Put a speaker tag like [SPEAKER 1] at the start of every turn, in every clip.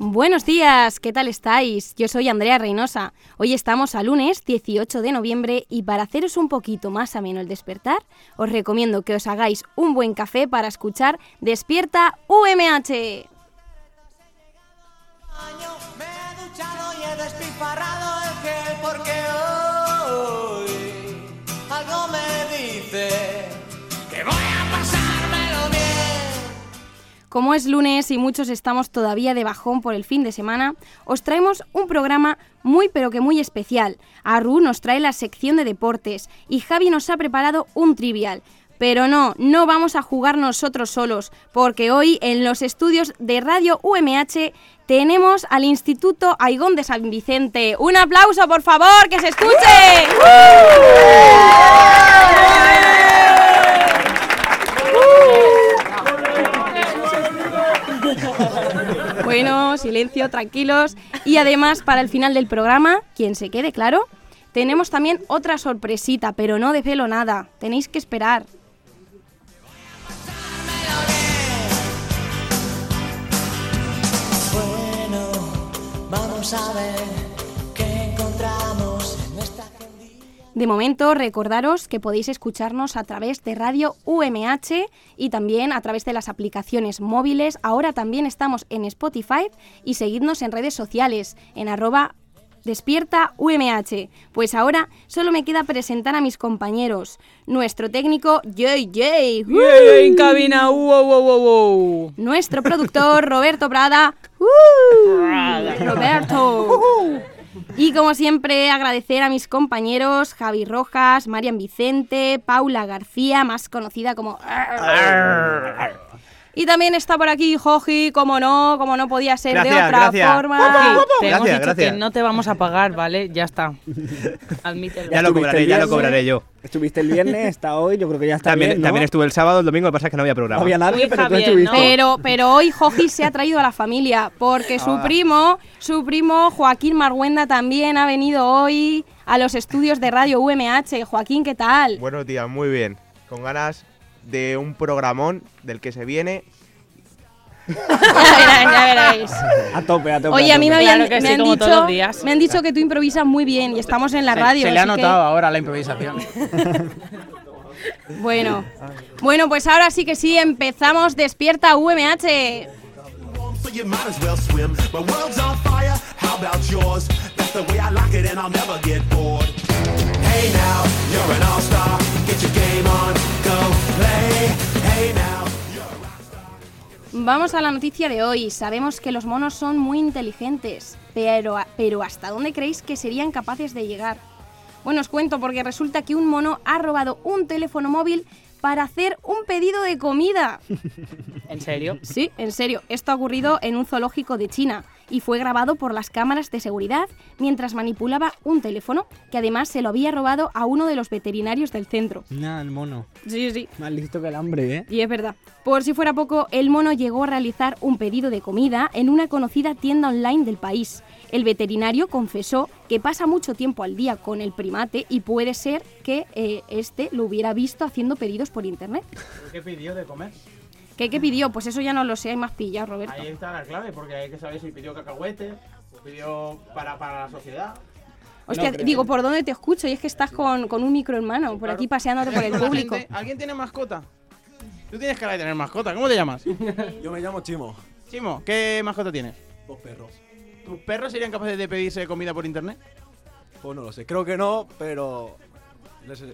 [SPEAKER 1] Buenos días, ¿qué tal estáis? Yo soy Andrea Reynosa. Hoy estamos a lunes 18 de noviembre y para haceros un poquito más ameno el despertar, os recomiendo que os hagáis un buen café para escuchar Despierta UMH.
[SPEAKER 2] baño, me he duchado y he despifarrado el gel porque hoy algo me dice que voy a pasármelo bien.
[SPEAKER 1] Como es lunes y muchos estamos todavía de bajón por el fin de semana, os traemos un programa muy pero que muy especial. Aru nos trae la sección de deportes y Javi nos ha preparado un trivial. Pero no, no vamos a jugar nosotros solos, porque hoy en los estudios de Radio UMH tenemos al Instituto Aigón de San Vicente. ¡Un aplauso, por favor, que se escuche! Bueno, silencio, tranquilos. Y además, para el final del programa, quien se quede claro, tenemos también otra sorpresita, pero no desvelo nada. Tenéis que esperar.
[SPEAKER 2] Bueno, vamos a ver qué encontramos en esta candida.
[SPEAKER 1] De momento, recordaros que podéis escucharnos a través de Radio UMH y también a través de las aplicaciones móviles. Ahora también estamos en Spotify y seguidnos en redes sociales, en arroba despierta UMH. Pues ahora solo me queda presentar a mis compañeros. Nuestro técnico, Jay Jay.
[SPEAKER 3] En cabina, wow, wow, wow, wow.
[SPEAKER 1] Nuestro productor Roberto Prada. ¡Uh! Roberto. Y como siempre, agradecer a mis compañeros Javi Rojas, Marian Vicente, Paula García, más conocida como. Y también está por aquí Joji, como no, como no podía ser de
[SPEAKER 4] Gracias,
[SPEAKER 1] otra
[SPEAKER 4] gracias.
[SPEAKER 1] forma.
[SPEAKER 4] Joji.
[SPEAKER 5] Te hemos
[SPEAKER 4] Gracias,
[SPEAKER 5] dicho
[SPEAKER 4] gracias.
[SPEAKER 5] que no te vamos a pagar, ¿vale? Ya está. Admítelo.
[SPEAKER 4] Ya lo
[SPEAKER 6] Estuviste
[SPEAKER 4] cobraré,
[SPEAKER 6] el
[SPEAKER 4] ya lo
[SPEAKER 6] viernes.
[SPEAKER 4] cobraré yo.
[SPEAKER 6] Estuviste el viernes, está hoy, yo creo que ya está
[SPEAKER 4] También,
[SPEAKER 6] bien, ¿no?
[SPEAKER 4] también estuve el sábado, el domingo, lo que pasa es que no había
[SPEAKER 6] No
[SPEAKER 4] programa.
[SPEAKER 6] había nadie,
[SPEAKER 5] Tu
[SPEAKER 6] pero
[SPEAKER 5] hija
[SPEAKER 6] tú
[SPEAKER 5] bien,
[SPEAKER 6] estuviste.
[SPEAKER 5] ¿no?
[SPEAKER 1] Pero, pero hoy Joji se ha traído a la familia, porque su primo, su primo Joaquín Marguenda también ha venido hoy a los estudios de Radio UMH. Joaquín, ¿qué tal?
[SPEAKER 7] Buenos días, muy bien. Con ganas de un programón del que se viene.
[SPEAKER 1] Ya veréis, ya veréis.
[SPEAKER 6] A tope, a tope.
[SPEAKER 1] Oye, a mí me
[SPEAKER 6] tope.
[SPEAKER 1] habían,
[SPEAKER 5] Claro que
[SPEAKER 1] me
[SPEAKER 5] sí,
[SPEAKER 1] han
[SPEAKER 5] como
[SPEAKER 1] dicho,
[SPEAKER 5] todos los días.
[SPEAKER 1] me han dicho que tú improvisas muy bien y estamos en la radio.
[SPEAKER 3] se le ha
[SPEAKER 1] así que-
[SPEAKER 3] notado ahora la improvisación.
[SPEAKER 1] Bueno, bueno, pues ahora sí que sí, empezamos Despierta UMH.
[SPEAKER 8] so you might as well swim. My world's on fire, how about yours? That's the way I like it, and I'll never get bored. Hey now, you're an all star. Get your game on, go play. Hey now.
[SPEAKER 1] Vamos a la noticia de hoy. Sabemos que los monos son muy inteligentes, pero, pero ¿hasta dónde creéis que serían capaces de llegar? Bueno, os cuento porque resulta que un mono ha robado un teléfono móvil para hacer un pedido de comida.
[SPEAKER 5] ¿En serio?
[SPEAKER 1] Sí, en serio, esto ha ocurrido en un zoológico de China y fue grabado por las cámaras de seguridad mientras manipulaba un teléfono que además se lo había robado a uno de los veterinarios del centro.
[SPEAKER 6] Nah, el mono.
[SPEAKER 1] Sí, sí,
[SPEAKER 6] Más listo que el hambre, ¿eh?
[SPEAKER 1] y es verdad. Por si fuera poco, el mono llegó a realizar un pedido de comida en una conocida tienda online del país. El veterinario confesó que pasa mucho tiempo al día con el primate y puede ser que eh, este lo hubiera visto haciendo pedidos por internet.
[SPEAKER 3] ¿Qué pidió de comer?
[SPEAKER 1] ¿Qué, qué pidió? Pues eso ya no lo sé, hay más pillado, Roberto.
[SPEAKER 3] Ahí está la clave, porque hay que saber si pidió cacahuete, pidió para, para la sociedad.
[SPEAKER 1] Hostia, digo, ¿por dónde te escucho? Y es que estás con, con un micro en mano, por aquí paseándote por el
[SPEAKER 3] Con la
[SPEAKER 1] público.
[SPEAKER 3] gente, ¿Alguien tiene mascota? Tú tienes cara de tener mascota, ¿cómo te llamas?
[SPEAKER 8] Yo me llamo Chimo.
[SPEAKER 3] Chimo, ¿qué mascota tienes?
[SPEAKER 8] Dos perros.
[SPEAKER 3] ¿Tus perros serían capaces de pedirse comida por internet?
[SPEAKER 8] Pues no lo sé, creo que no, pero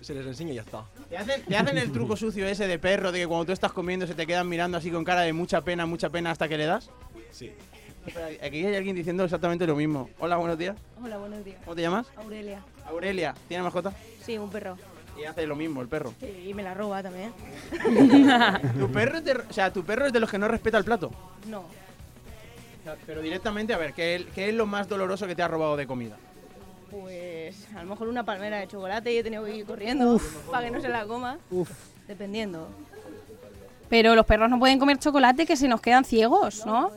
[SPEAKER 8] se les enseña y ya está.
[SPEAKER 3] ¿Te hacen, te hacen el truco sucio ese de perro de que cuando tú estás comiendo se te quedan mirando así con cara de mucha pena, mucha pena hasta que le das?
[SPEAKER 8] Sí.
[SPEAKER 3] Espera, Aquí hay alguien diciendo exactamente lo mismo. Hola, buenos días.
[SPEAKER 9] Hola, buenos días.
[SPEAKER 3] ¿Cómo te llamas?
[SPEAKER 9] Aurelia.
[SPEAKER 3] Aurelia, ¿tiene mascota?
[SPEAKER 9] Sí, un perro.
[SPEAKER 3] Y hace lo mismo el perro.
[SPEAKER 9] Y me la roba también.
[SPEAKER 3] ¿Tu perro es de, o sea, tu perro es de los que no respeta el plato?
[SPEAKER 9] No.
[SPEAKER 10] Pero directamente, a ver, ¿qué, qué es lo más doloroso que te ha robado de comida?
[SPEAKER 11] Pues a lo mejor una palmera de chocolate y he tenido que ir corriendo
[SPEAKER 6] Uf.
[SPEAKER 11] para que no se la coma.
[SPEAKER 6] Uf.
[SPEAKER 11] Dependiendo.
[SPEAKER 1] Pero los perros no pueden comer chocolate que se nos quedan ciegos, ¿no?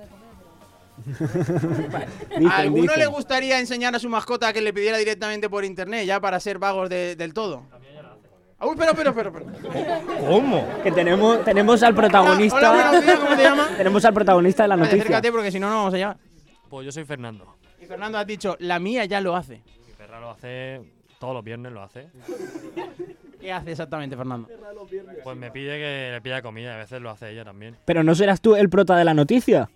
[SPEAKER 10] ¿A alguno le gustaría enseñar a su mascota que le pidiera directamente por internet, ya para ser vagos de- del todo? Ah, Uy, pero, pero, pero, pero.
[SPEAKER 6] ¿Cómo? Que tenemos, tenemos al protagonista.
[SPEAKER 10] Hola, buenos días, ¿cómo te llamas?
[SPEAKER 6] Tenemos al protagonista de la
[SPEAKER 10] Vale,
[SPEAKER 6] noticia.
[SPEAKER 10] acércate porque si no, no vamos a llegar.
[SPEAKER 12] Pues yo soy Fernando.
[SPEAKER 10] Y Fernando, has dicho, la mía ya lo hace.
[SPEAKER 12] Mi perra lo hace todos los viernes, lo hace.
[SPEAKER 10] ¿Qué hace exactamente, Fernando?
[SPEAKER 12] Pues me pide que le pida comida, a veces lo hace ella también.
[SPEAKER 6] Pero no serás tú el prota de la noticia.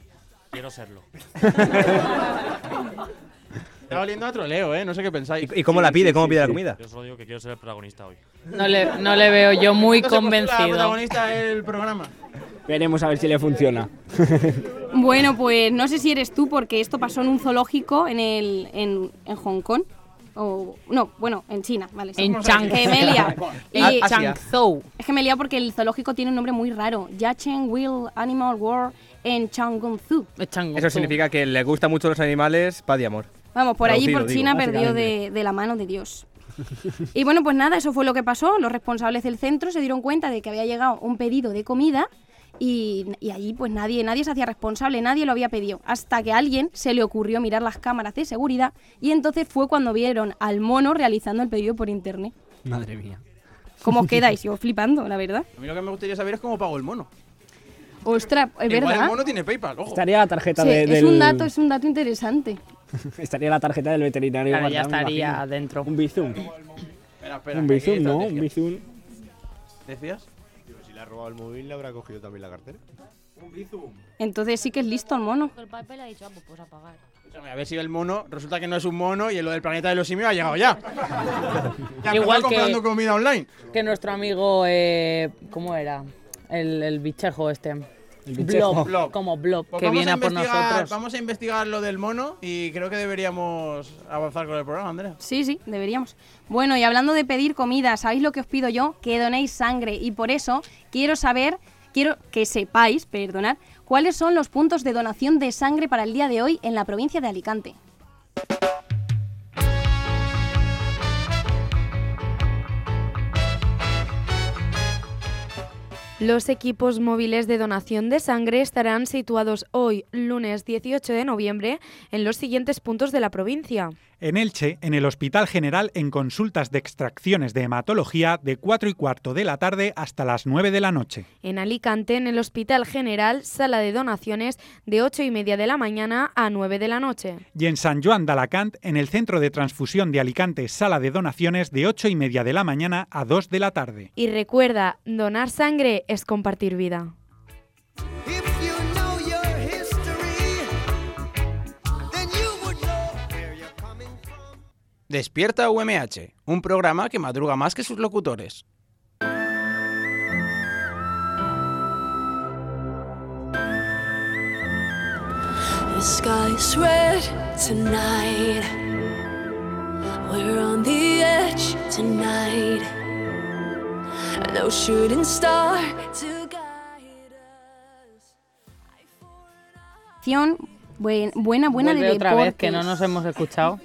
[SPEAKER 12] Quiero serlo.
[SPEAKER 10] Está oliendo a troleo, ¿eh? No sé qué pensáis.
[SPEAKER 7] ¿Y- y cómo la pide? ¿Cómo pide la comida?
[SPEAKER 12] Yo solo digo que quiero ser el protagonista hoy.
[SPEAKER 5] No le, no le veo yo muy convencido.
[SPEAKER 10] protagonista del programa.
[SPEAKER 6] Veremos a ver si le funciona.
[SPEAKER 1] Bueno, pues no sé si eres tú, porque esto pasó en un zoológico en, el, en, en Hong Kong. O, no, bueno, en China, vale. sí.
[SPEAKER 5] En Ah, Changzhou.
[SPEAKER 1] Que me he liado.
[SPEAKER 5] En
[SPEAKER 1] Y-
[SPEAKER 5] Changzhou.
[SPEAKER 1] Es que me he liado porque el zoológico tiene un nombre muy raro. Yacheng Will Animal World en Changongzhou.
[SPEAKER 5] Eh,
[SPEAKER 7] Eso significa que le gustan mucho los animales, paz y amor.
[SPEAKER 1] Vamos, por allí,
[SPEAKER 7] Traducido,
[SPEAKER 1] por
[SPEAKER 7] digo.
[SPEAKER 1] China, perdió de, de la mano de Dios. Y bueno, pues nada, eso fue lo que pasó. Los responsables del centro se dieron cuenta de que había llegado un pedido de comida y, y allí pues nadie, nadie se hacía responsable, nadie lo había pedido. Hasta que a alguien se le ocurrió mirar las cámaras de seguridad y entonces fue cuando vieron al mono realizando el pedido por internet.
[SPEAKER 10] Madre mía.
[SPEAKER 1] ¿Cómo os quedáis? Yo flipando, la verdad.
[SPEAKER 10] A mí lo que me gustaría saber es cómo pago el mono.
[SPEAKER 1] Ostras, es
[SPEAKER 10] Igual el
[SPEAKER 1] verdad.
[SPEAKER 10] mono tiene PayPal, ojo.
[SPEAKER 6] Estaría la tarjeta
[SPEAKER 1] Sí,
[SPEAKER 6] de-
[SPEAKER 1] es
[SPEAKER 6] del.
[SPEAKER 1] un dato, es un dato interesante.
[SPEAKER 6] Estaría la tarjeta del veterinario.
[SPEAKER 5] Claro, ya
[SPEAKER 6] guardada, me
[SPEAKER 5] estaría
[SPEAKER 6] imagino.
[SPEAKER 5] adentro.
[SPEAKER 6] Un bizum.
[SPEAKER 10] Espera, espera.
[SPEAKER 6] Un
[SPEAKER 10] ¿qué
[SPEAKER 6] bizum, ¿no? Un
[SPEAKER 10] estrategia?
[SPEAKER 6] bizum.
[SPEAKER 10] ¿Decías?
[SPEAKER 13] Si le ha robado el móvil, le habrá cogido también la cartera.
[SPEAKER 1] Entonces sí que es listo el mono.
[SPEAKER 14] El papel ha dicho, ah, pues, pues a pagar.
[SPEAKER 10] Escúchame, A ver si el mono, resulta que no es un mono y en lo del planeta de los simios ha llegado ya.
[SPEAKER 5] Igual
[SPEAKER 10] ya Igual
[SPEAKER 5] que-
[SPEAKER 10] comprando comida online.
[SPEAKER 5] Que nuestro amigo, eh, ¿cómo era? El, el bichejo este.
[SPEAKER 10] bichejo.
[SPEAKER 5] Blob,
[SPEAKER 10] Blob.
[SPEAKER 5] como Blob,
[SPEAKER 10] Pues
[SPEAKER 5] que
[SPEAKER 10] vamos
[SPEAKER 5] viene
[SPEAKER 10] a
[SPEAKER 5] a por
[SPEAKER 10] investigar-
[SPEAKER 5] nosotros.
[SPEAKER 10] Vamos a investigar lo del mono y creo que deberíamos avanzar con el programa, Andrea.
[SPEAKER 1] Sí, sí, deberíamos. Bueno, y hablando de pedir comida, ¿sabéis lo que os pido yo? Que donéis sangre. Y por eso quiero saber, quiero que sepáis, perdonad, cuáles son los puntos de donación de sangre para el día de hoy en la provincia de Alicante.
[SPEAKER 15] Los equipos móviles de donación de sangre estarán situados hoy, lunes 18 de noviembre, en los siguientes puntos de la provincia.
[SPEAKER 16] En Elche, en el Hospital General, en consultas de extracciones de hematología de 4 y cuarto de la tarde hasta las 9 de la noche.
[SPEAKER 15] En Alicante, en el Hospital General, sala de donaciones de 8 y media de la mañana a 9 de la noche.
[SPEAKER 16] Y en San Joan de Alacant, en el Centro de Transfusión de Alicante, sala de donaciones de 8 y media de la mañana a 2 de la tarde.
[SPEAKER 15] Y recuerda, donar sangre es compartir vida.
[SPEAKER 10] Despierta UMH, un programa que madruga más que sus locutores.
[SPEAKER 2] The sky's red tonight. We're on the edge tonight. No shooting star to
[SPEAKER 1] Acción buen- buena, buena
[SPEAKER 5] Vuelve
[SPEAKER 1] de
[SPEAKER 5] otra
[SPEAKER 1] deportes.
[SPEAKER 5] vez, que no nos hemos escuchado.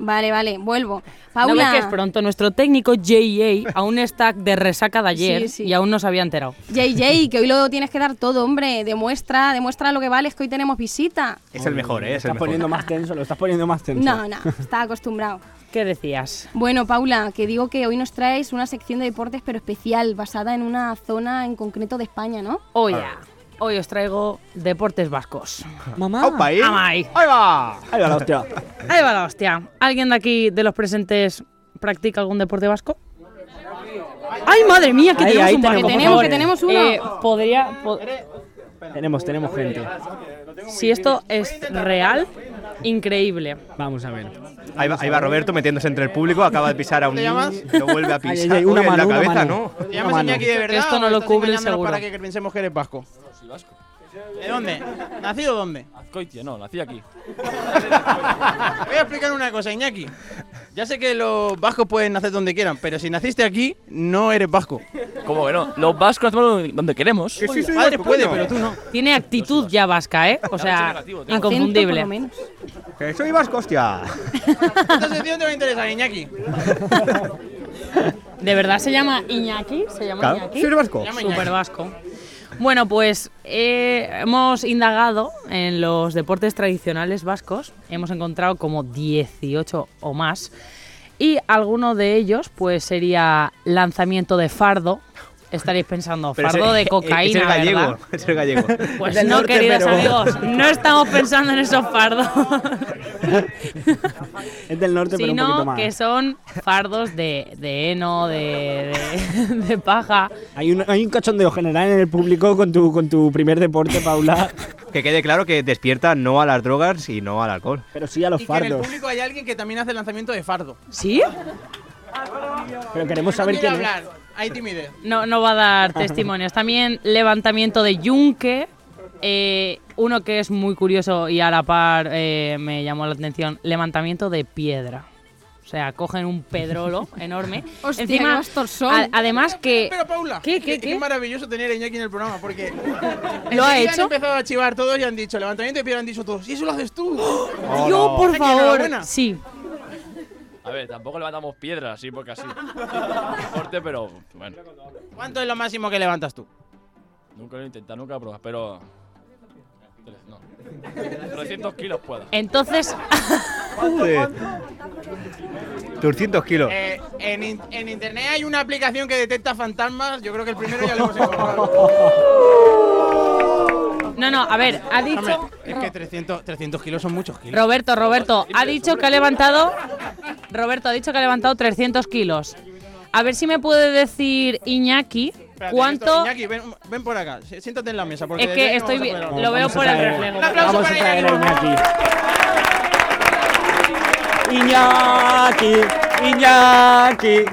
[SPEAKER 1] Vale, vale, vuelvo.
[SPEAKER 5] No
[SPEAKER 1] Paula,
[SPEAKER 5] ves que es pronto. Nuestro técnico JA aún está de resaca de ayer
[SPEAKER 1] Sí, sí.
[SPEAKER 5] y aún no se había enterado.
[SPEAKER 1] JJ, que hoy lo tienes que dar todo, hombre. Demuestra, demuestra lo que vales, que hoy tenemos visita.
[SPEAKER 7] Es el mejor, ¿eh? Es el
[SPEAKER 6] estás
[SPEAKER 7] mejor.
[SPEAKER 6] poniendo más tenso, lo estás poniendo más tenso.
[SPEAKER 1] No, no, está acostumbrado.
[SPEAKER 5] ¿Qué decías?
[SPEAKER 1] Bueno, Paula, que digo que hoy nos traes una sección de deportes, pero especial, basada en una zona en concreto de España, ¿no?
[SPEAKER 5] Hoy, hoy os traigo deportes vascos.
[SPEAKER 6] Mamá.
[SPEAKER 5] Opa, ¿eh? Ama ahí.
[SPEAKER 6] va! Ahí va la hostia.
[SPEAKER 5] Ahí va la hostia. ¿Alguien de aquí, de los presentes, practica algún deporte vasco? ¡Ay, madre mía! Que
[SPEAKER 6] Ahí,
[SPEAKER 5] tenemos
[SPEAKER 6] ahí
[SPEAKER 5] un
[SPEAKER 6] tenemos,
[SPEAKER 5] vasco, por
[SPEAKER 6] que tenemos,
[SPEAKER 5] favor.
[SPEAKER 6] que tenemos uno.
[SPEAKER 5] Eh, podría... po-
[SPEAKER 6] Tenemos, tenemos gente.
[SPEAKER 5] si esto es real, increíble.
[SPEAKER 6] Vamos a ver.
[SPEAKER 7] Ahí va, ahí va Roberto metiéndose entre el público, acaba de pisar a un
[SPEAKER 5] ¿Te
[SPEAKER 7] niño,
[SPEAKER 5] llamas?
[SPEAKER 7] lo vuelve a
[SPEAKER 6] Ay, ay,
[SPEAKER 7] pisar.
[SPEAKER 6] ay,
[SPEAKER 7] Oye,
[SPEAKER 6] una
[SPEAKER 7] en
[SPEAKER 6] mano,
[SPEAKER 7] la
[SPEAKER 6] una
[SPEAKER 7] cabeza,
[SPEAKER 6] mano.
[SPEAKER 7] ¿no?
[SPEAKER 10] ¿Te llamas Iñaki de
[SPEAKER 5] Que
[SPEAKER 10] verdad?
[SPEAKER 5] esto no
[SPEAKER 10] o
[SPEAKER 5] lo
[SPEAKER 10] estás
[SPEAKER 5] cubre el
[SPEAKER 10] engañándonos
[SPEAKER 5] seguro.
[SPEAKER 10] para que pensemos que eres vasco?
[SPEAKER 12] soy vasco.
[SPEAKER 3] ¿De dónde? ¿Nacido dónde?
[SPEAKER 17] Azcoitia, no, nací aquí.
[SPEAKER 3] Voy a explicar una cosa, Iñaki. Ya sé que los vascos pueden nacer donde quieran, pero si naciste aquí, no eres vasco.
[SPEAKER 17] ¿Cómo que no? Los vascos hacemos donde queremos.
[SPEAKER 3] Que sí, soy Padre vasco, puede, coño. pero tú no.
[SPEAKER 5] Tiene actitud ya vasca, ¿eh? O sea, inconfundible.
[SPEAKER 7] ¡Que soy vasco, hostia!
[SPEAKER 3] Esta sección te va a interesar, Iñaki.
[SPEAKER 5] ¿De verdad se llama Iñaki? ¿Se llama
[SPEAKER 7] Claro,
[SPEAKER 5] Iñaki?
[SPEAKER 7] soy vasco. Se llama Iñaki.
[SPEAKER 5] Super vasco. Bueno, pues eh, hemos indagado en los deportes tradicionales vascos. Hemos encontrado como 18 o más. Y alguno de ellos, pues sería lanzamiento de fardo. Estaréis pensando,
[SPEAKER 7] Pero
[SPEAKER 5] fardo
[SPEAKER 7] ese-
[SPEAKER 5] de cocaína,
[SPEAKER 7] Es el gallego.
[SPEAKER 5] ¿verdad?
[SPEAKER 7] Es el gallego.
[SPEAKER 5] Pues
[SPEAKER 7] Del
[SPEAKER 5] no,
[SPEAKER 7] norte,
[SPEAKER 5] queridos
[SPEAKER 7] pero-
[SPEAKER 5] amigos, no estamos pensando en esos fardos,
[SPEAKER 6] Es del norte, pero un poquito
[SPEAKER 5] sino
[SPEAKER 6] más.
[SPEAKER 5] que son fardos de, de heno, de, de- de paja.
[SPEAKER 6] Hay, un, hay un cachondeo general en el público con tu, con tu primer deporte, Paula,
[SPEAKER 7] Que quede claro que despierta no a las drogas y no al alcohol.
[SPEAKER 6] pero sí a los
[SPEAKER 3] Y que en el
[SPEAKER 6] fardos.
[SPEAKER 3] público hay alguien que también hace lanzamiento de fardo.
[SPEAKER 5] ¿Sí?
[SPEAKER 6] Pero queremos
[SPEAKER 3] No
[SPEAKER 6] saber
[SPEAKER 3] quiere
[SPEAKER 6] quién
[SPEAKER 3] hablar, hay timidez.
[SPEAKER 5] No, no va a dar testimonios. También levantamiento de yunque. eh, uno que es muy curioso y a la par eh, me llamó la atención, levantamiento de piedra. O sea, cogen un pedrolo enorme.
[SPEAKER 1] Hostia, qué
[SPEAKER 5] Encima,
[SPEAKER 1] bastorsón.
[SPEAKER 5] a- además que...
[SPEAKER 3] Pero Paula,
[SPEAKER 5] ¿Qué, qué, qué?
[SPEAKER 3] maravilloso tener a Iñaki en el programa porque
[SPEAKER 5] ¿Lo ha
[SPEAKER 3] enseguida
[SPEAKER 5] hecho?
[SPEAKER 3] Han empezado a chivar todos y han dicho levantamiento de piedra han dicho todos. Y eso lo haces tú.
[SPEAKER 5] Yo, por
[SPEAKER 3] Así que enhorabuena.
[SPEAKER 5] favor, sí.
[SPEAKER 17] A ver, tampoco levantamos piedras así porque así. Fuerte, pero bueno.
[SPEAKER 3] ¿Cuánto es lo máximo que levantas tú?
[SPEAKER 17] Nunca lo he intentado, nunca lo he probado, pero. No. 300 kilos puedo.
[SPEAKER 5] Entonces,
[SPEAKER 7] Joder. 300 Eh, kilos.
[SPEAKER 3] Eh, en, in- en internet hay una aplicación que detecta fantasmas. Yo creo que el primero ya lo hemos encontrado.
[SPEAKER 5] no, no, a ver, ha dicho...
[SPEAKER 3] Hombre, es que 300, 300 kilos son muchos kilos.
[SPEAKER 5] Roberto, Roberto, ha dicho que ha levantado. Roberto ha dicho que ha levantado 300 kilos. A ver si me puede decir Iñaki
[SPEAKER 3] Espérate,
[SPEAKER 5] cuánto.
[SPEAKER 3] esto- Iñaki, ven, ven por acá. Sí, Siéntate en la mesa. Porque
[SPEAKER 5] Es
[SPEAKER 3] de
[SPEAKER 5] que
[SPEAKER 3] bien no
[SPEAKER 5] estoy
[SPEAKER 3] vas a
[SPEAKER 5] vi-
[SPEAKER 3] poder
[SPEAKER 5] lo
[SPEAKER 3] hablar.
[SPEAKER 5] veo por el
[SPEAKER 3] traer-
[SPEAKER 5] reflejo.
[SPEAKER 3] Un aplauso
[SPEAKER 6] Vamos a
[SPEAKER 3] para
[SPEAKER 6] traer
[SPEAKER 3] Iñaki, por favor.
[SPEAKER 6] Iñaki, Iñaki.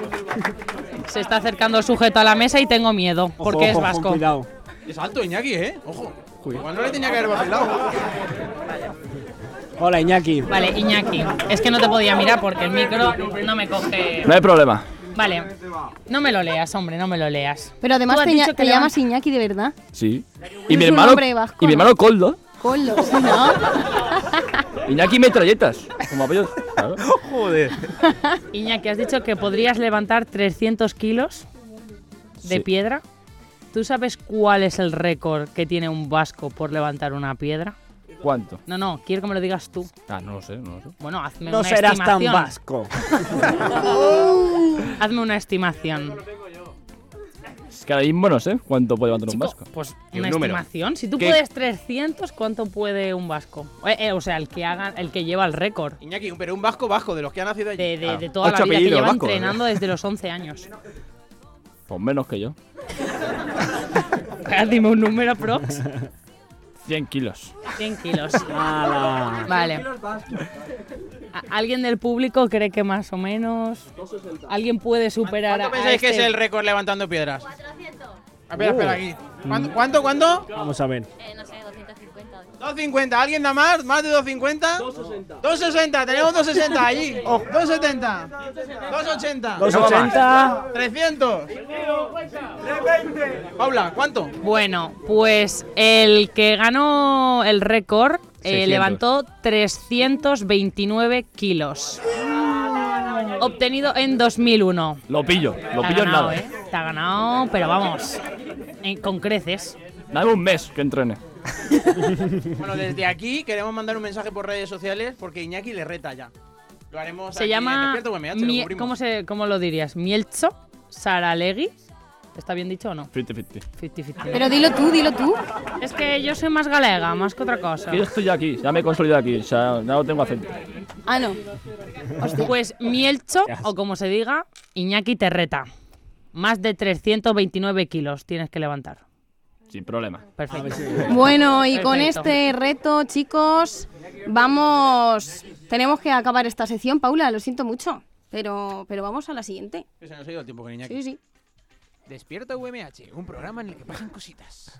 [SPEAKER 5] Se está acercando el sujeto a la mesa y tengo miedo, porque
[SPEAKER 6] ojo,
[SPEAKER 5] es vasco.
[SPEAKER 6] cuidado.
[SPEAKER 3] Es alto Iñaki, ¿eh? Ojo. Igual no le tenía que haber vacilado.
[SPEAKER 6] Hola, Iñaki.
[SPEAKER 5] Vale, Iñaki. Es que no te podía mirar porque el micro no me coge.
[SPEAKER 17] No hay problema.
[SPEAKER 5] Vale. No me lo leas, hombre, no me lo leas.
[SPEAKER 1] Pero
[SPEAKER 5] Tú
[SPEAKER 1] además
[SPEAKER 5] has
[SPEAKER 1] te,
[SPEAKER 5] dicho
[SPEAKER 1] ña-
[SPEAKER 5] que
[SPEAKER 1] te
[SPEAKER 5] le
[SPEAKER 1] llamas Iñaki de verdad.
[SPEAKER 17] Sí.
[SPEAKER 1] Es
[SPEAKER 17] Y mi
[SPEAKER 1] un
[SPEAKER 17] hermano.
[SPEAKER 1] hombre vasco,
[SPEAKER 17] Y mi
[SPEAKER 1] ¿no?
[SPEAKER 17] hermano Coldo.
[SPEAKER 1] Coldo, sí, ¿no?
[SPEAKER 17] Iñaki Metralletas. Como apellido.
[SPEAKER 7] Joder.
[SPEAKER 5] Iñaki, has dicho que podrías levantar 300 kilos de
[SPEAKER 17] Sí.
[SPEAKER 5] piedra. ¿Tú sabes cuál es el récord que tiene un vasco por levantar una piedra?
[SPEAKER 17] ¿Cuánto?
[SPEAKER 5] No, no, quiero que me lo digas tú.
[SPEAKER 17] Ah, no lo sé, no lo sé.
[SPEAKER 5] Bueno, hazme
[SPEAKER 6] No
[SPEAKER 5] una
[SPEAKER 6] serás
[SPEAKER 5] estimación.
[SPEAKER 6] tan vasco.
[SPEAKER 5] hazme una estimación.
[SPEAKER 17] Es que ahora mismo no sé cuánto puede levantar un
[SPEAKER 5] Chico,
[SPEAKER 17] vasco.
[SPEAKER 5] Pues
[SPEAKER 17] Y
[SPEAKER 5] una
[SPEAKER 17] un número.
[SPEAKER 5] estimación. Si tú
[SPEAKER 17] ¿Qué?
[SPEAKER 5] puedes 300, ¿cuánto puede un vasco? Eh, eh, o sea, el que haga, el que lleva el récord.
[SPEAKER 3] Iñaki, pero un vasco vasco de los que han nacido allí.
[SPEAKER 5] De,
[SPEAKER 17] Ah,
[SPEAKER 5] de- de toda la vida que lleva
[SPEAKER 17] ¿eh?
[SPEAKER 5] entrenando desde los 11 años.
[SPEAKER 17] Pues menos que yo.
[SPEAKER 5] Dime un número prox.
[SPEAKER 17] 100 kilos.
[SPEAKER 5] 100 kilos.
[SPEAKER 17] ¡Hala!
[SPEAKER 5] Vale. ¿A- ¿Alguien del público cree que más o menos? ¿Alguien puede superar a.?
[SPEAKER 3] ¿Cuánto pensáis
[SPEAKER 5] a
[SPEAKER 3] que es
[SPEAKER 5] este?
[SPEAKER 3] el récord levantando piedras? 400. Espera, espera, aquí. ¿Cuánto, cuánto? cuánto?
[SPEAKER 6] Vamos a ver.
[SPEAKER 3] 250. ¿Alguien da más? ¿Más de 250? 260. 260, tenemos 260 allí. Oh, 270. 280.
[SPEAKER 10] Pues
[SPEAKER 6] 280.
[SPEAKER 3] 300. 320. Paula, ¿cuánto?
[SPEAKER 5] Bueno, pues el que ganó el récord eh,
[SPEAKER 3] 600.
[SPEAKER 5] levantó 329 kilos. Obtenido en 2001.
[SPEAKER 17] Lo pillo, lo
[SPEAKER 5] Te ha
[SPEAKER 17] pillo en
[SPEAKER 5] ganado,
[SPEAKER 17] nada.
[SPEAKER 5] ¿eh? Te ha ganado, pero vamos, en- con creces.
[SPEAKER 17] Dame un mes que entrene.
[SPEAKER 3] Bueno, desde aquí queremos mandar un mensaje por redes sociales porque Iñaki le reta ya. Lo haremos
[SPEAKER 5] Se
[SPEAKER 3] aquí en
[SPEAKER 5] llama.
[SPEAKER 3] Despierta UMH, lo
[SPEAKER 5] Mie-
[SPEAKER 3] cubrimos.
[SPEAKER 5] ¿cómo, se, ¿Cómo lo dirías? Mielcho Saralegui. ¿Está bien dicho o no?
[SPEAKER 17] 50-50.
[SPEAKER 5] 50-50.
[SPEAKER 1] Pero dilo tú, dilo tú.
[SPEAKER 5] Es que yo soy más galega, más que otra cosa.
[SPEAKER 17] Que yo estoy ya aquí, ya me he consolidado aquí, o sea, ya no tengo acento.
[SPEAKER 1] Ah, no.
[SPEAKER 5] Pues Mielcho, o como se diga, Iñaki Terreta. Más de 329 kilos tienes que levantar.
[SPEAKER 17] Sin problema.
[SPEAKER 5] Perfecto.
[SPEAKER 1] Bueno, y con
[SPEAKER 5] Perfecto.
[SPEAKER 1] este reto, chicos, vamos. Tenemos que acabar esta sección, Paula, lo siento mucho. Pero, pero vamos a la siguiente.
[SPEAKER 3] Que Se nos ha ido el tiempo con Iñaki.
[SPEAKER 1] Sí, sí.
[SPEAKER 3] Despierta UMH, un programa en el que pasan cositas.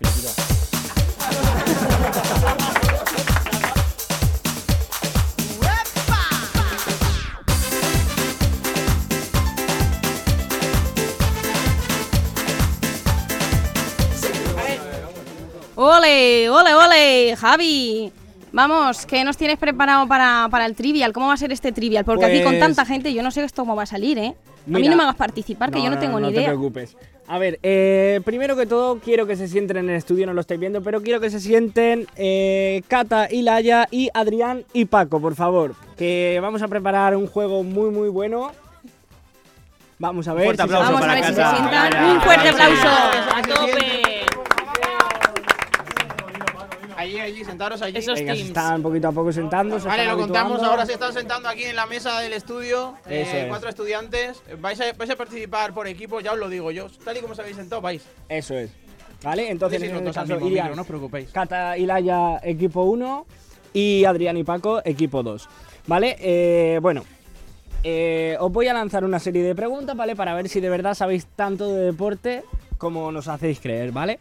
[SPEAKER 1] ¡Ole, ole, ole! Javi, vamos, ¿qué nos tienes preparado para, para el trivial? ¿Cómo va a ser este trivial? Porque aquí con
[SPEAKER 6] Pues-
[SPEAKER 1] tanta gente yo no sé esto cómo va a salir, ¿eh? a mí
[SPEAKER 6] Mira.
[SPEAKER 1] no me hagas participar, que yo no tengo ni idea.
[SPEAKER 6] No te preocupes. A ver, eh, primero que todo, quiero que se sienten en el estudio, no lo estáis viendo, pero quiero que se sienten eh, Cata y Laia y Adrián y Paco, por favor. Que vamos a preparar un juego muy, muy bueno. Vamos a ver.
[SPEAKER 2] fuerte
[SPEAKER 6] si se-
[SPEAKER 2] aplauso Vamos a para ver si se Cata. sientan. Vaya,
[SPEAKER 1] Un fuerte
[SPEAKER 2] vaya.
[SPEAKER 1] aplauso.
[SPEAKER 2] A
[SPEAKER 10] Allí, allí, sentaros allí.
[SPEAKER 6] Venga, se están poquito a poco sentando. se
[SPEAKER 10] Vale,
[SPEAKER 6] están
[SPEAKER 10] lo contamos.
[SPEAKER 6] habituando.
[SPEAKER 10] Ahora se están sentando aquí en la mesa del estudio. eh,
[SPEAKER 6] Eso es.
[SPEAKER 10] Cuatro estudiantes. Vais a, vais a participar por equipo, ya os lo digo yo. Tal y como os habéis sentado, vais.
[SPEAKER 6] Eso es. Vale, entonces
[SPEAKER 10] Podéis ir
[SPEAKER 6] en este
[SPEAKER 10] los dos al
[SPEAKER 6] caso
[SPEAKER 10] mismo
[SPEAKER 6] irían
[SPEAKER 10] micro, no os preocupéis.
[SPEAKER 6] Cata y Laia, equipo 1, y Adrián y Paco, equipo 2. Vale, Eh, bueno, eh, os voy a lanzar una serie de preguntas, ¿vale? Para ver si de verdad sabéis tanto de deporte como nos hacéis creer, ¿vale?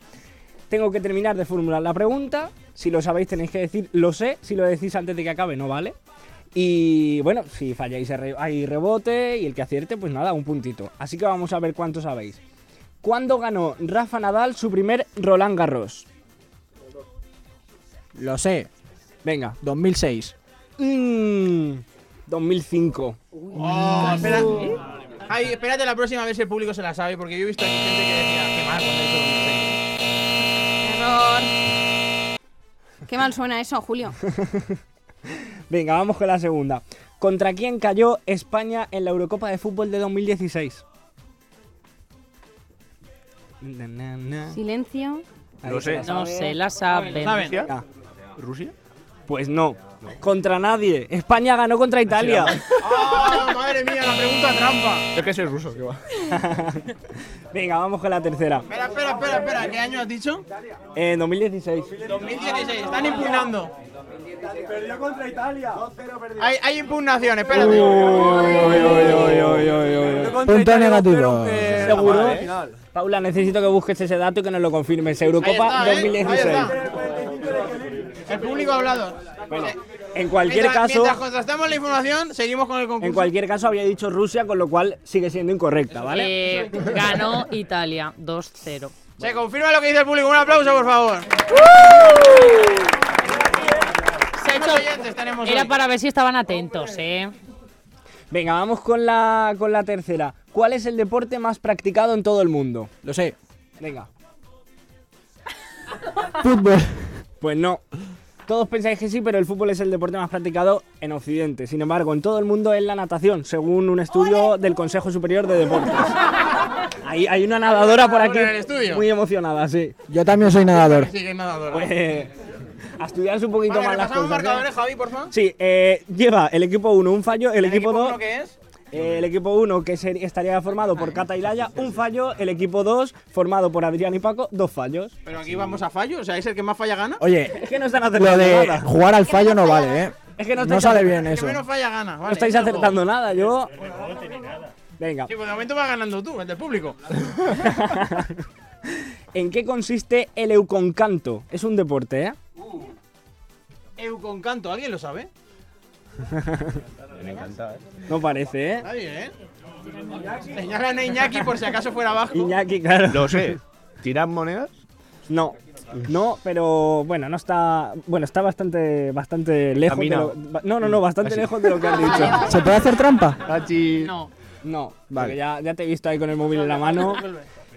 [SPEAKER 6] Tengo que terminar de formular la pregunta. Si lo sabéis, tenéis que decir lo sé. Si lo decís antes de que acabe, no vale. Y bueno, si falláis, hay re- hay rebote. Y el que acierte, pues nada, un puntito. Así que vamos a ver cuánto sabéis. ¿Cuándo ganó Rafa Nadal su primer Roland Garros? Lo sé. Venga. 2006. Mm, 2005.
[SPEAKER 10] Oh,
[SPEAKER 6] Mm.
[SPEAKER 10] espera.
[SPEAKER 6] ¿eh?
[SPEAKER 10] Ay, espérate la próxima a ver si el público se la sabe, porque yo he visto aquí gente que decía, qué mal cuando he hecho
[SPEAKER 1] Qué mal suena eso, Julio.
[SPEAKER 6] Venga, vamos con la segunda. ¿Contra quién cayó España en la Eurocopa de Fútbol de 2016? Na, na, na.
[SPEAKER 1] Silencio.
[SPEAKER 6] Ahí se la
[SPEAKER 5] No
[SPEAKER 6] sabe.
[SPEAKER 5] se la saben.
[SPEAKER 6] Ah. Pues no. Contra nadie. España ganó contra Italia.
[SPEAKER 10] ¡Ah, madre mía, la pregunta trampa!
[SPEAKER 6] Es que soy ruso, que va. Venga, vamos con la tercera.
[SPEAKER 10] Espera, espera, espera, espera. ¿Qué año has dicho?
[SPEAKER 6] En 2016.
[SPEAKER 10] 2016. Están impugnando.
[SPEAKER 18] Perdió contra Italia. 2-0 perdió.
[SPEAKER 10] Hay, hay impugnación, espérate.
[SPEAKER 6] Punto
[SPEAKER 10] negativo.
[SPEAKER 6] Seguro.
[SPEAKER 10] Ah, vale.
[SPEAKER 6] Paula, necesito que busques ese dato y que nos lo confirmes. Eurocopa
[SPEAKER 10] Ahí está, ¿eh?
[SPEAKER 6] 2016.
[SPEAKER 10] Ahí El público ha hablado.
[SPEAKER 6] En cualquier
[SPEAKER 10] mientras,
[SPEAKER 6] caso,
[SPEAKER 10] Mientras contrastamos la información, seguimos con el concurso.
[SPEAKER 6] en cualquier caso había dicho Rusia, con lo cual sigue siendo incorrecta, ¿vale?
[SPEAKER 5] Eh, ganó Italia 2-0.
[SPEAKER 10] Se confirma lo que dice el público. Un aplauso, por favor. ¿Cuántos oyentes tenemos
[SPEAKER 5] Era
[SPEAKER 10] hoy?
[SPEAKER 5] para ver si estaban atentos, ¿eh?
[SPEAKER 6] Venga, vamos con la con la tercera. ¿Cuál es el deporte más practicado en todo el mundo? Lo sé. Venga. Fútbol. Pues no. Todos pensáis que sí, pero el fútbol es el deporte más practicado en Occidente. Sin embargo, en todo el mundo es la natación, según un estudio del Consejo Superior de Deportes. Hay, hay una nadadora por aquí
[SPEAKER 10] en el estudio.
[SPEAKER 6] muy emocionada, sí.
[SPEAKER 19] Yo también soy nadador.
[SPEAKER 10] Sí, que es nadador.
[SPEAKER 6] Pues, a estudiarse un poquito
[SPEAKER 10] Vale,
[SPEAKER 6] más las
[SPEAKER 10] repasamos
[SPEAKER 6] cosas. ¿eh?
[SPEAKER 10] marcadores, Javi, por favor.
[SPEAKER 6] Sí, eh, lleva el equipo 1 un fallo, el, equipo 2
[SPEAKER 10] ¿Uno qué es?
[SPEAKER 6] eh, el equipo 1, que ser- estaría formado por Cata y Laya, un fallo. El equipo 2, formado por Adrián y Paco, dos fallos.
[SPEAKER 10] Pero aquí vamos a fallo, o sea, es el que más falla gana.
[SPEAKER 19] Oye,
[SPEAKER 6] Es que no están
[SPEAKER 19] lo
[SPEAKER 6] acertando
[SPEAKER 19] de
[SPEAKER 6] nada.
[SPEAKER 19] jugar al fallo no vale, ¿eh?
[SPEAKER 6] Es que no
[SPEAKER 19] no
[SPEAKER 6] estáis
[SPEAKER 19] sale
[SPEAKER 6] haciendo-
[SPEAKER 19] bien
[SPEAKER 10] El que
[SPEAKER 19] eso.
[SPEAKER 10] menos falla gana. Vale,
[SPEAKER 6] No estáis
[SPEAKER 10] vamos.
[SPEAKER 6] acertando nada, yo... Venga.
[SPEAKER 10] Sí, pues de momento vas ganando tú, el del público.
[SPEAKER 6] ¿En qué consiste el euconcanto? Es un deporte, ¿eh?
[SPEAKER 10] Euconcanto, ¿alguien lo sabe?
[SPEAKER 18] Me encanta, ¿eh?
[SPEAKER 6] No parece, ¿eh?
[SPEAKER 10] Está bien, ¿eh? Señalan a Iñaki por si acaso fuera abajo.
[SPEAKER 6] Iñaki, claro.
[SPEAKER 7] Lo sé. ¿Tiran monedas?
[SPEAKER 6] No, no, pero bueno, no está, bueno, está bastante, bastante lejos. De
[SPEAKER 7] Camina.
[SPEAKER 6] lo, ba- no, no, no, bastante
[SPEAKER 7] Así.
[SPEAKER 6] lejos de lo que han dicho.
[SPEAKER 19] ¿Se puede hacer trampa?
[SPEAKER 6] No. No, porque ya, ya te he visto ahí con el móvil en la mano.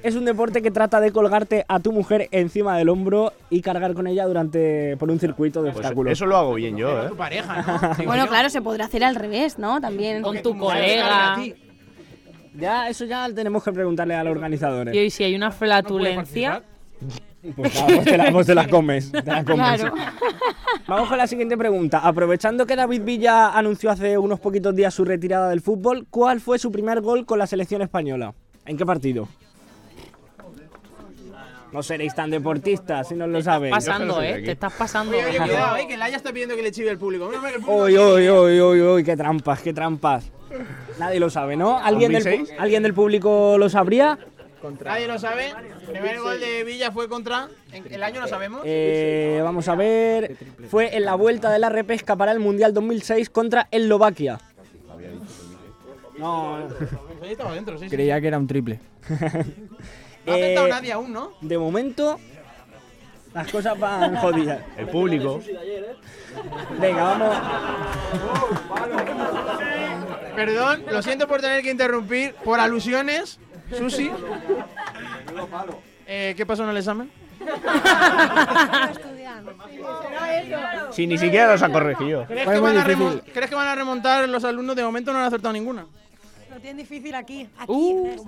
[SPEAKER 6] Es un deporte que trata de colgarte a tu mujer encima del hombro y cargar con ella durante por un circuito de obstáculos.
[SPEAKER 7] Pues Eso lo hago bien yo, ¿eh?
[SPEAKER 10] pareja,
[SPEAKER 7] ¿no?
[SPEAKER 1] Bueno, claro, se podrá hacer al revés, ¿no? También.
[SPEAKER 5] Con tu colega.
[SPEAKER 6] Ya, eso ya tenemos que preguntarle a los organizadores.
[SPEAKER 5] Y hoy si hay una flatulencia.
[SPEAKER 6] Pues, nada, pues te la, pues te la comes. te la comes.
[SPEAKER 5] Claro.
[SPEAKER 6] Vamos con la siguiente pregunta. Aprovechando que David Villa anunció hace unos poquitos días su retirada del fútbol, ¿cuál fue su primer gol con la selección española? ¿En qué partido? No seréis tan deportistas si no lo sabéis.
[SPEAKER 5] pasando, ¿eh? Te estás pasando.
[SPEAKER 10] Oye, oye, cuidado, eh, que Laia está pidiendo que le chive el público. Mira, mira, el público.
[SPEAKER 6] Uy, uy, uy, uy, uy, qué trampas, qué trampas. Nadie lo sabe, ¿no? ¿Alguien del,
[SPEAKER 10] 2006?
[SPEAKER 6] ¿Alguien del público lo sabría?
[SPEAKER 7] Contra.
[SPEAKER 10] Nadie lo sabe. El primer gol de Villa fue contra. en- El año no sabemos.
[SPEAKER 6] Eh, vamos a ver. Fue en la vuelta de la repesca para el Mundial 2006 contra Eslovaquia.
[SPEAKER 10] No, Ahí estaba dentro, sí. sí.
[SPEAKER 19] Creía que era un triple.
[SPEAKER 10] No ha acertado
[SPEAKER 6] Eh,
[SPEAKER 10] nadie aún, ¿no?
[SPEAKER 6] De momento, las cosas van jodidas.
[SPEAKER 10] El público.
[SPEAKER 6] Venga, vamos.
[SPEAKER 10] Perdón, lo siento por tener que interrumpir. Por alusiones, Susi. Eh, ¿Qué pasó en el examen?
[SPEAKER 4] Si ni siquiera los ha corregido.
[SPEAKER 10] ¿Crees que, van a remon- crees que van a remontar los alumnos? De momento no han acertado ninguna. Uh,
[SPEAKER 20] Lo tienen difícil aquí. aquí Oh,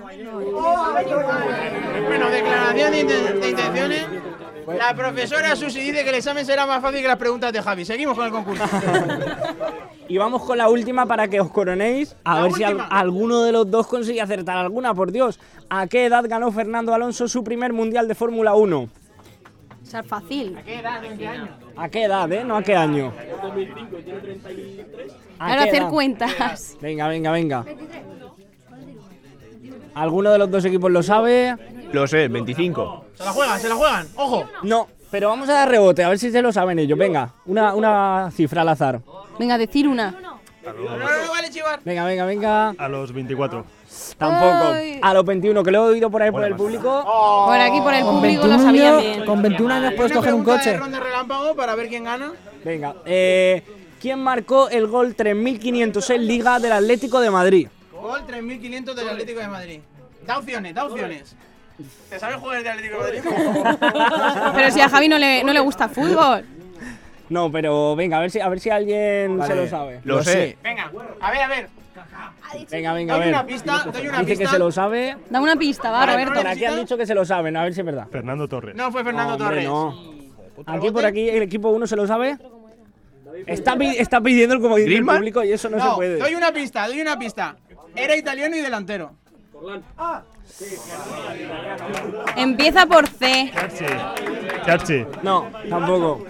[SPEAKER 10] Bueno, declaración de, inten- de intenciones. La profesora Susi dice que el examen será más fácil que las preguntas de Javi. Seguimos con el concurso.
[SPEAKER 6] Y vamos con la última para que os coronéis. A ver si
[SPEAKER 10] última.
[SPEAKER 6] al- alguno de los dos consigue acertar alguna, por Dios. ¿A qué edad ganó Fernando Alonso su primer mundial de Fórmula 1?
[SPEAKER 1] O sea, fácil. ¿A qué edad? qué año?
[SPEAKER 6] ¿A qué edad, eh? No a qué año. ¿A
[SPEAKER 1] Claro,
[SPEAKER 6] qué
[SPEAKER 1] hacer
[SPEAKER 6] edad?
[SPEAKER 1] cuentas.
[SPEAKER 6] Venga, venga, venga. ¿Alguno de los dos equipos lo sabe?
[SPEAKER 4] Lo sé, 25.
[SPEAKER 10] Se la juegan, se la juegan. Ojo.
[SPEAKER 6] No, pero vamos a dar rebote, a ver si se lo saben ellos. Venga, una, una cifra al azar.
[SPEAKER 1] Venga, decir una.
[SPEAKER 6] Venga, venga, venga.
[SPEAKER 21] A los 24.
[SPEAKER 6] Tampoco.
[SPEAKER 1] Ay.
[SPEAKER 6] A los 21, que lo he oído por ahí por
[SPEAKER 21] pues,
[SPEAKER 6] el público.
[SPEAKER 21] oh,
[SPEAKER 1] Por aquí, por el
[SPEAKER 6] Con
[SPEAKER 1] público, lo
[SPEAKER 6] 21
[SPEAKER 1] sabía
[SPEAKER 6] años-
[SPEAKER 1] bien.
[SPEAKER 6] con 21 años puedes coger un
[SPEAKER 10] Pregunta de
[SPEAKER 6] coche.
[SPEAKER 10] ronda relámpago para ver quién gana.
[SPEAKER 6] Venga, eh, ¿quién marcó el gol 3506 Liga del Atlético de Madrid?
[SPEAKER 10] Gol 3500 del Atlético de Madrid. Da opciones, da opciones. ¿Te sabes jugar de Atlético de Madrid?
[SPEAKER 1] Pero si a Javi no le, no le gusta el fútbol.
[SPEAKER 6] No, pero venga, a ver si, a ver si alguien
[SPEAKER 4] Vale,
[SPEAKER 6] se lo sabe.
[SPEAKER 4] lo sé.
[SPEAKER 10] Venga, a ver, a ver.
[SPEAKER 6] Venga, venga, a
[SPEAKER 10] Doy
[SPEAKER 6] ver.
[SPEAKER 10] una pista, doy una
[SPEAKER 6] Dice que
[SPEAKER 10] pista.
[SPEAKER 6] se lo sabe.
[SPEAKER 1] Da una pista, va, Roberto.
[SPEAKER 6] Por aquí han dicho que se lo saben, a ver si es verdad.
[SPEAKER 21] Fernando Torres.
[SPEAKER 10] No fue Fernando
[SPEAKER 6] Hombre,
[SPEAKER 10] Torres.
[SPEAKER 6] no. Aquí por aquí el equipo 1 se lo sabe. Está, pi- está pidiendo el comodín del
[SPEAKER 4] ¿Griezmann?
[SPEAKER 6] público y eso no, se puede.
[SPEAKER 10] Doy una pista, doy una pista. Era italiano y delantero.
[SPEAKER 1] Empieza por C.
[SPEAKER 21] Chachi.
[SPEAKER 6] No, tampoco.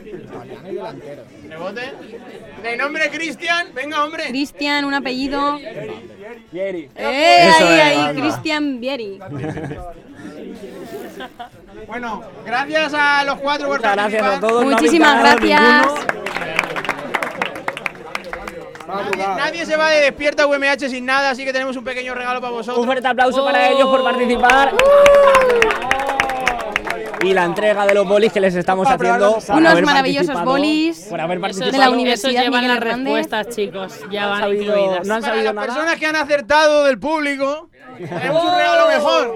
[SPEAKER 10] Rebote. De nombre Cristian. Venga, hombre.
[SPEAKER 1] Cristian, un apellido.
[SPEAKER 6] Vieri.
[SPEAKER 1] ¡Eh!
[SPEAKER 6] Eso
[SPEAKER 1] ahí,
[SPEAKER 6] es,
[SPEAKER 1] ahí,
[SPEAKER 6] anda.
[SPEAKER 1] Cristian Vieri.
[SPEAKER 10] Bueno, gracias a los cuatro por
[SPEAKER 6] Muchas gracias a
[SPEAKER 10] participar.
[SPEAKER 6] todos. no ha
[SPEAKER 1] Muchísimas
[SPEAKER 6] pintado
[SPEAKER 1] gracias.
[SPEAKER 6] ninguno.
[SPEAKER 10] Nadie se va de despierta UMH sin nada, así que tenemos un pequeño regalo para vosotros.
[SPEAKER 6] Un fuerte aplauso para ellos por participar. Y la entrega de los bolis que les estamos haciendo. por
[SPEAKER 1] Unos
[SPEAKER 6] haber
[SPEAKER 1] maravillosos
[SPEAKER 6] participado,
[SPEAKER 1] bolis
[SPEAKER 6] Por haber
[SPEAKER 5] Esos-
[SPEAKER 6] participado.
[SPEAKER 1] de la
[SPEAKER 5] esos
[SPEAKER 1] Universidad
[SPEAKER 5] llevan
[SPEAKER 1] Miguel
[SPEAKER 5] las
[SPEAKER 1] Hernández.
[SPEAKER 5] respuestas, chicos. Ya
[SPEAKER 6] han
[SPEAKER 5] van
[SPEAKER 6] sabido-
[SPEAKER 5] incluidas.
[SPEAKER 6] no han
[SPEAKER 10] Para
[SPEAKER 6] sabido
[SPEAKER 10] las
[SPEAKER 6] nada.
[SPEAKER 10] personas que han acertado del público, tenemos un regalo mejor.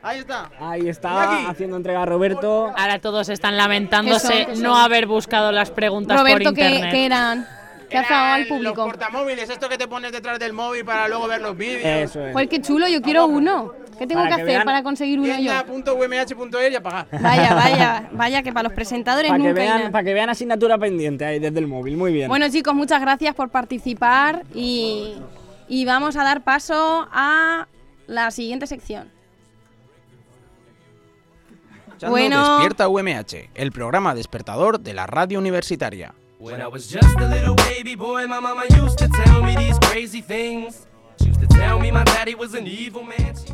[SPEAKER 10] Ahí está.
[SPEAKER 6] Ahí está haciendo entrega a Roberto.
[SPEAKER 5] Ahora todos están lamentándose
[SPEAKER 1] ¿Qué son? ¿Qué
[SPEAKER 5] no
[SPEAKER 1] son?
[SPEAKER 5] haber buscado las preguntas
[SPEAKER 1] Roberto,
[SPEAKER 5] por
[SPEAKER 1] ¿qué,
[SPEAKER 5] internet.
[SPEAKER 1] qué eran? ¿Qué hacía al
[SPEAKER 10] Los
[SPEAKER 1] público?
[SPEAKER 10] portamóviles, esto que te pones detrás del móvil para luego ver los vídeos.
[SPEAKER 6] Eso es.
[SPEAKER 1] Pues qué chulo, yo quiero uno. ¿Qué tengo que
[SPEAKER 6] Para que
[SPEAKER 1] hacer
[SPEAKER 6] vean-
[SPEAKER 1] para conseguir uno yo?
[SPEAKER 10] Tienda.umh.es y apagar.
[SPEAKER 1] Vaya, vaya, vaya, que para los presentadores
[SPEAKER 6] Para que,
[SPEAKER 1] nunca hay
[SPEAKER 6] vean,
[SPEAKER 1] nada.
[SPEAKER 6] para que vean asignatura pendiente ahí desde el móvil. Muy bien.
[SPEAKER 1] Bueno chicos, muchas gracias por participar y, y vamos a dar paso a la siguiente sección. Bueno.
[SPEAKER 10] Despierta UMH, el programa despertador de la radio universitaria.
[SPEAKER 2] When I was just a little baby boy, my mama used to tell me these crazy things. She used to tell me my daddy was an evil man. She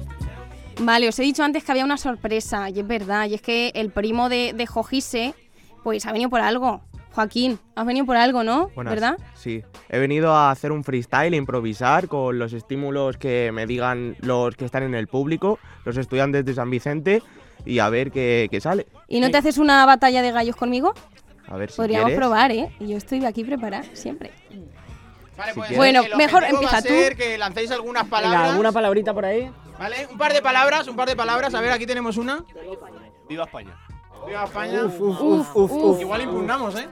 [SPEAKER 1] Vale, os he dicho antes que había una sorpresa y es verdad, y es que el primo de, de Jojise, pues ha venido por algo. Joaquín, has venido por algo, ¿no?
[SPEAKER 7] Buenas.
[SPEAKER 1] ¿Verdad?
[SPEAKER 7] Sí. He venido a hacer un freestyle, a improvisar con los estímulos que me digan los que están en el público, los estudiantes de San Vicente, y a ver qué, qué sale.
[SPEAKER 1] ¿Y no te haces una batalla de gallos conmigo?
[SPEAKER 7] A ver si
[SPEAKER 1] Podríamos
[SPEAKER 7] quieres.
[SPEAKER 1] probar, ¿eh? Yo estoy aquí preparada, siempre.
[SPEAKER 10] Vale, pues,
[SPEAKER 7] quieres.
[SPEAKER 1] Bueno,
[SPEAKER 10] el
[SPEAKER 1] mejor
[SPEAKER 10] objetivo va a
[SPEAKER 1] empieza tú.
[SPEAKER 10] ser que lancéis algunas palabras.
[SPEAKER 6] Venga, ¿alguna palabrita por ahí?
[SPEAKER 10] ¿Vale? Un par de palabras, un par de palabras. A ver, aquí tenemos una. Viva España. Viva España.
[SPEAKER 6] Uf, uf, uf, uf, uf.
[SPEAKER 10] Igual impugnamos, ¿eh?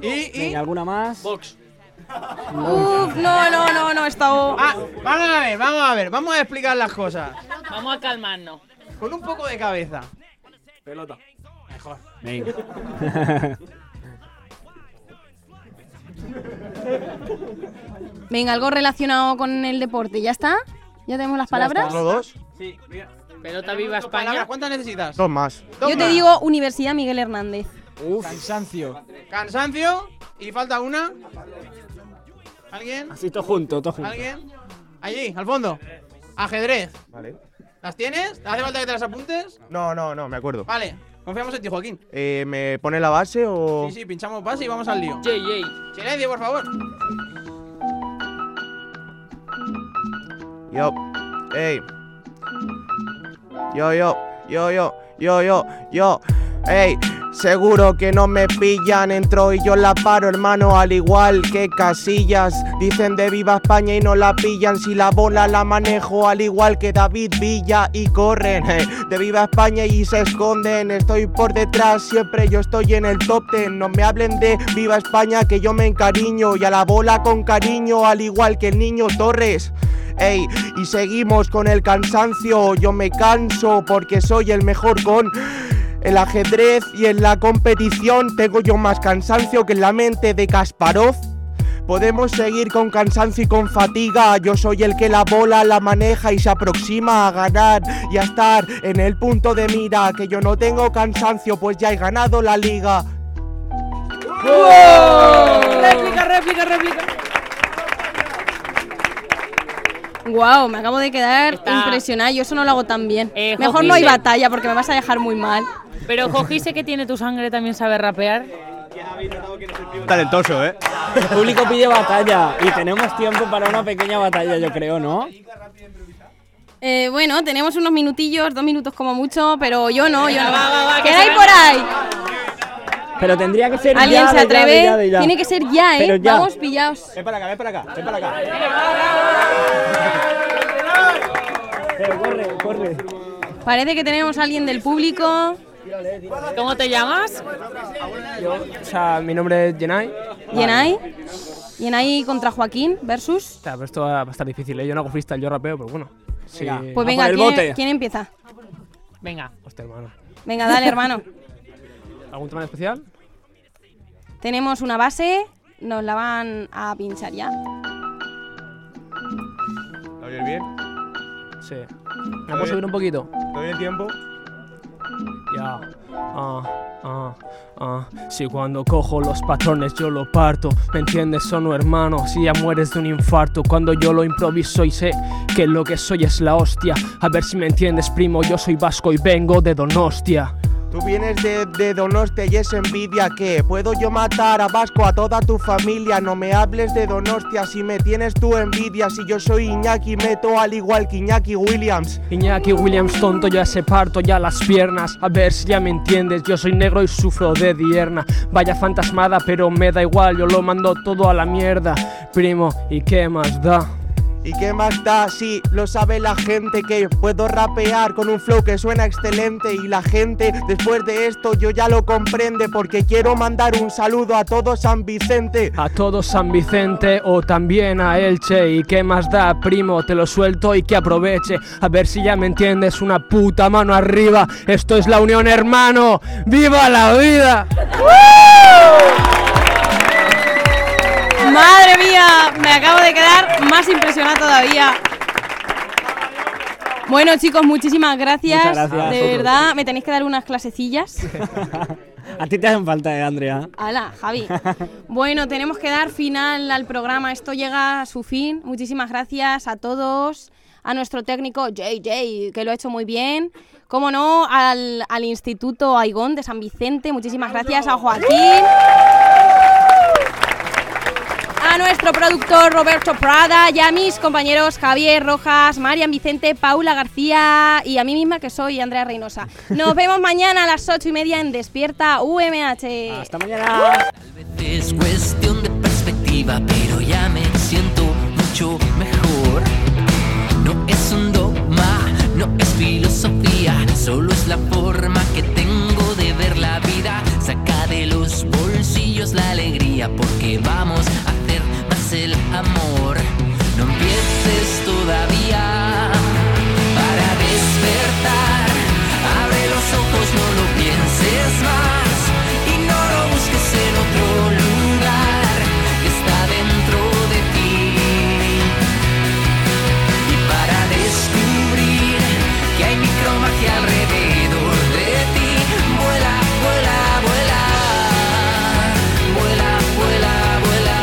[SPEAKER 10] Y, y...
[SPEAKER 6] Venga, ¿alguna más?
[SPEAKER 1] Uf, no, no, no, no, está...
[SPEAKER 10] Ah, vamos a ver, vamos a ver, vamos a explicar las cosas.
[SPEAKER 5] Vamos a calmarnos.
[SPEAKER 10] Con un poco de cabeza.
[SPEAKER 5] Pelota.
[SPEAKER 10] Mejor.
[SPEAKER 6] Venga.
[SPEAKER 1] Venga, algo relacionado con el deporte, ¿ya está? ¿Ya tenemos las palabras?
[SPEAKER 7] ¿Solo dos?
[SPEAKER 10] Sí,
[SPEAKER 5] Pelota viva España.
[SPEAKER 10] ¿Cuántas necesitas?
[SPEAKER 7] Dos más.
[SPEAKER 1] Yo te digo Universidad Miguel Hernández.
[SPEAKER 10] Cansancio. Cansancio. Y falta una.
[SPEAKER 22] ¿Alguien?
[SPEAKER 23] Así todo junto, todo junto.
[SPEAKER 22] ¿Alguien? Allí, al fondo. Ajedrez.
[SPEAKER 10] Vale.
[SPEAKER 22] ¿Las tienes? ¿Hace falta que te las apuntes?
[SPEAKER 10] No, no, no, me acuerdo.
[SPEAKER 22] Vale, confiamos en ti, Joaquín.
[SPEAKER 10] Eh, ¿Me pone la base o...?
[SPEAKER 22] Sí, sí, pinchamos pase y vamos al lío. Silencio, por favor.
[SPEAKER 10] Yo, ey. Yo, yo, yo, yo, yo, yo, yo, ey. Seguro que no me pillan, entro y yo la paro, hermano, al igual que Casillas. Dicen de viva España y no la pillan, si la bola la manejo al igual que David Villa y corren. eh. De viva España y se esconden, estoy por detrás, siempre yo estoy en el top ten. No me hablen de viva España que yo me encariño y a la bola con cariño, al igual que el niño Torres. Ey, y seguimos con el cansancio. Yo me canso porque soy el mejor con el ajedrez y en la competición. Tengo yo más cansancio que en la mente de Kasparov. Podemos seguir con cansancio y con fatiga. Yo soy el que la bola la maneja y se aproxima a ganar y a estar en el punto de mira. Que yo no tengo cansancio, pues ya he ganado la liga.
[SPEAKER 5] Réplica, réplica, réplica.
[SPEAKER 1] Wow, me acabo de quedar
[SPEAKER 5] Está-
[SPEAKER 1] impresionada. Yo eso no lo hago tan bien. Mejor
[SPEAKER 5] Joaquín,
[SPEAKER 1] no hay
[SPEAKER 5] sí.
[SPEAKER 1] batalla porque me vas a dejar muy mal.
[SPEAKER 5] Pero Joji sé que tiene tu sangre también sabe rapear.
[SPEAKER 7] Talentoso, ¿eh?
[SPEAKER 23] El público pide batalla y tenemos tiempo para una pequeña batalla, yo creo, ¿no?
[SPEAKER 1] Eh, bueno, tenemos unos minutillos, dos minutos como mucho, pero yo no, yo no.
[SPEAKER 5] Va, va, va, que
[SPEAKER 1] ¿Quedáis
[SPEAKER 5] se
[SPEAKER 1] por ahí?
[SPEAKER 23] Pero tendría que ser
[SPEAKER 1] ¿Alguien
[SPEAKER 23] ya
[SPEAKER 1] se
[SPEAKER 23] de ya, de
[SPEAKER 1] atreve?
[SPEAKER 23] ya, de ya.
[SPEAKER 1] Tiene que ser ya, ¿eh?
[SPEAKER 23] Pero ya.
[SPEAKER 1] Vamos pillaos.
[SPEAKER 7] Ven para acá, ven para acá, ven para acá.
[SPEAKER 23] Pero corre, corre.
[SPEAKER 1] Parece que tenemos a alguien del público.
[SPEAKER 5] ¿Cómo te llamas?
[SPEAKER 6] O sea, mi nombre es Jenai.
[SPEAKER 1] Yenai. Yenai contra Joaquín versus.
[SPEAKER 6] Claro, pero pues esto va a estar difícil, ¿eh? Yo no hago freestyle, yo rapeo, pero bueno. Sí.
[SPEAKER 1] Pues venga, ¿quién, quién empieza?
[SPEAKER 5] Venga.
[SPEAKER 6] Hostia, hermano.
[SPEAKER 1] Venga, dale, hermano.
[SPEAKER 6] ¿Algún tema en especial?
[SPEAKER 1] Tenemos una base, nos la van a pinchar ya.
[SPEAKER 10] ¿Lo oyes bien?
[SPEAKER 6] Sí. ¿Vamos a subir un poquito?
[SPEAKER 10] ¿Todo bien tiempo?
[SPEAKER 6] Ya. Ah, ah, ah. Si cuando cojo los patrones yo lo parto, ¿me entiendes? Sono hermano, si ya mueres de un infarto. Cuando yo lo improviso y sé que lo que soy es la hostia. A ver si me entiendes, primo, yo soy vasco y vengo de Donostia.
[SPEAKER 10] Tú vienes de, de Donostia y es envidia que puedo yo matar a Vasco, a toda tu familia. No me hables de Donostia si me tienes tu envidia. Si yo soy Iñaki, meto al igual que Iñaki Williams.
[SPEAKER 6] Iñaki Williams tonto, ya se parto ya las piernas. A ver si ya me entiendes, yo soy negro y sufro de dierna. Vaya fantasmada, pero me da igual, yo lo mando todo a la mierda. Primo, ¿y qué más da?
[SPEAKER 10] ¿Y qué más da si lo sabe la gente que puedo rapear con un flow que suena excelente? Y la gente después de esto yo ya lo comprende porque quiero mandar un saludo a todo San Vicente.
[SPEAKER 6] A todo San Vicente o también a Elche. ¿Y qué más da, primo? Te lo suelto y que aproveche. A ver si ya me entiendes, una puta mano arriba. Esto es la unión, hermano. ¡Viva la vida!
[SPEAKER 1] Madre mía, me acabo de quedar más impresionada todavía. Bueno, chicos, muchísimas gracias.
[SPEAKER 23] Muchas gracias a
[SPEAKER 1] de
[SPEAKER 23] vosotros.
[SPEAKER 1] verdad, me tenéis que dar unas clasecillas.
[SPEAKER 23] A ti te hacen falta, eh, Andrea.
[SPEAKER 1] Hala, Javi. Bueno, tenemos que dar final al programa. Esto llega a su fin. Muchísimas gracias a todos, a nuestro técnico JJ, que lo ha hecho muy bien. Como no, al, al Instituto Aigón de San Vicente. Muchísimas gracias a Joaquín. A nuestro productor Roberto Prada y a mis compañeros Javier Rojas, Marian Vicente, Paula García y a mí misma que soy Andrea Reynosa. Nos vemos mañana a las ocho y media en Despierta UMH. Hasta
[SPEAKER 23] mañana.
[SPEAKER 3] Es cuestión de perspectiva, pero ya me siento mucho mejor. No es un dogma, no es filosofía, solo es la forma que tengo de ver la vida. Saca de los bolsillos la alegría, porque vamos a hacer más el amor. No empieces todavía para despertar. Abre los ojos, no lo pienses más y no lo busques en otro lugar que está dentro de ti. Y para descubrir que hay micromagia alrededor de ti, vuela, vuela, vuela, vuela, vuela, vuela.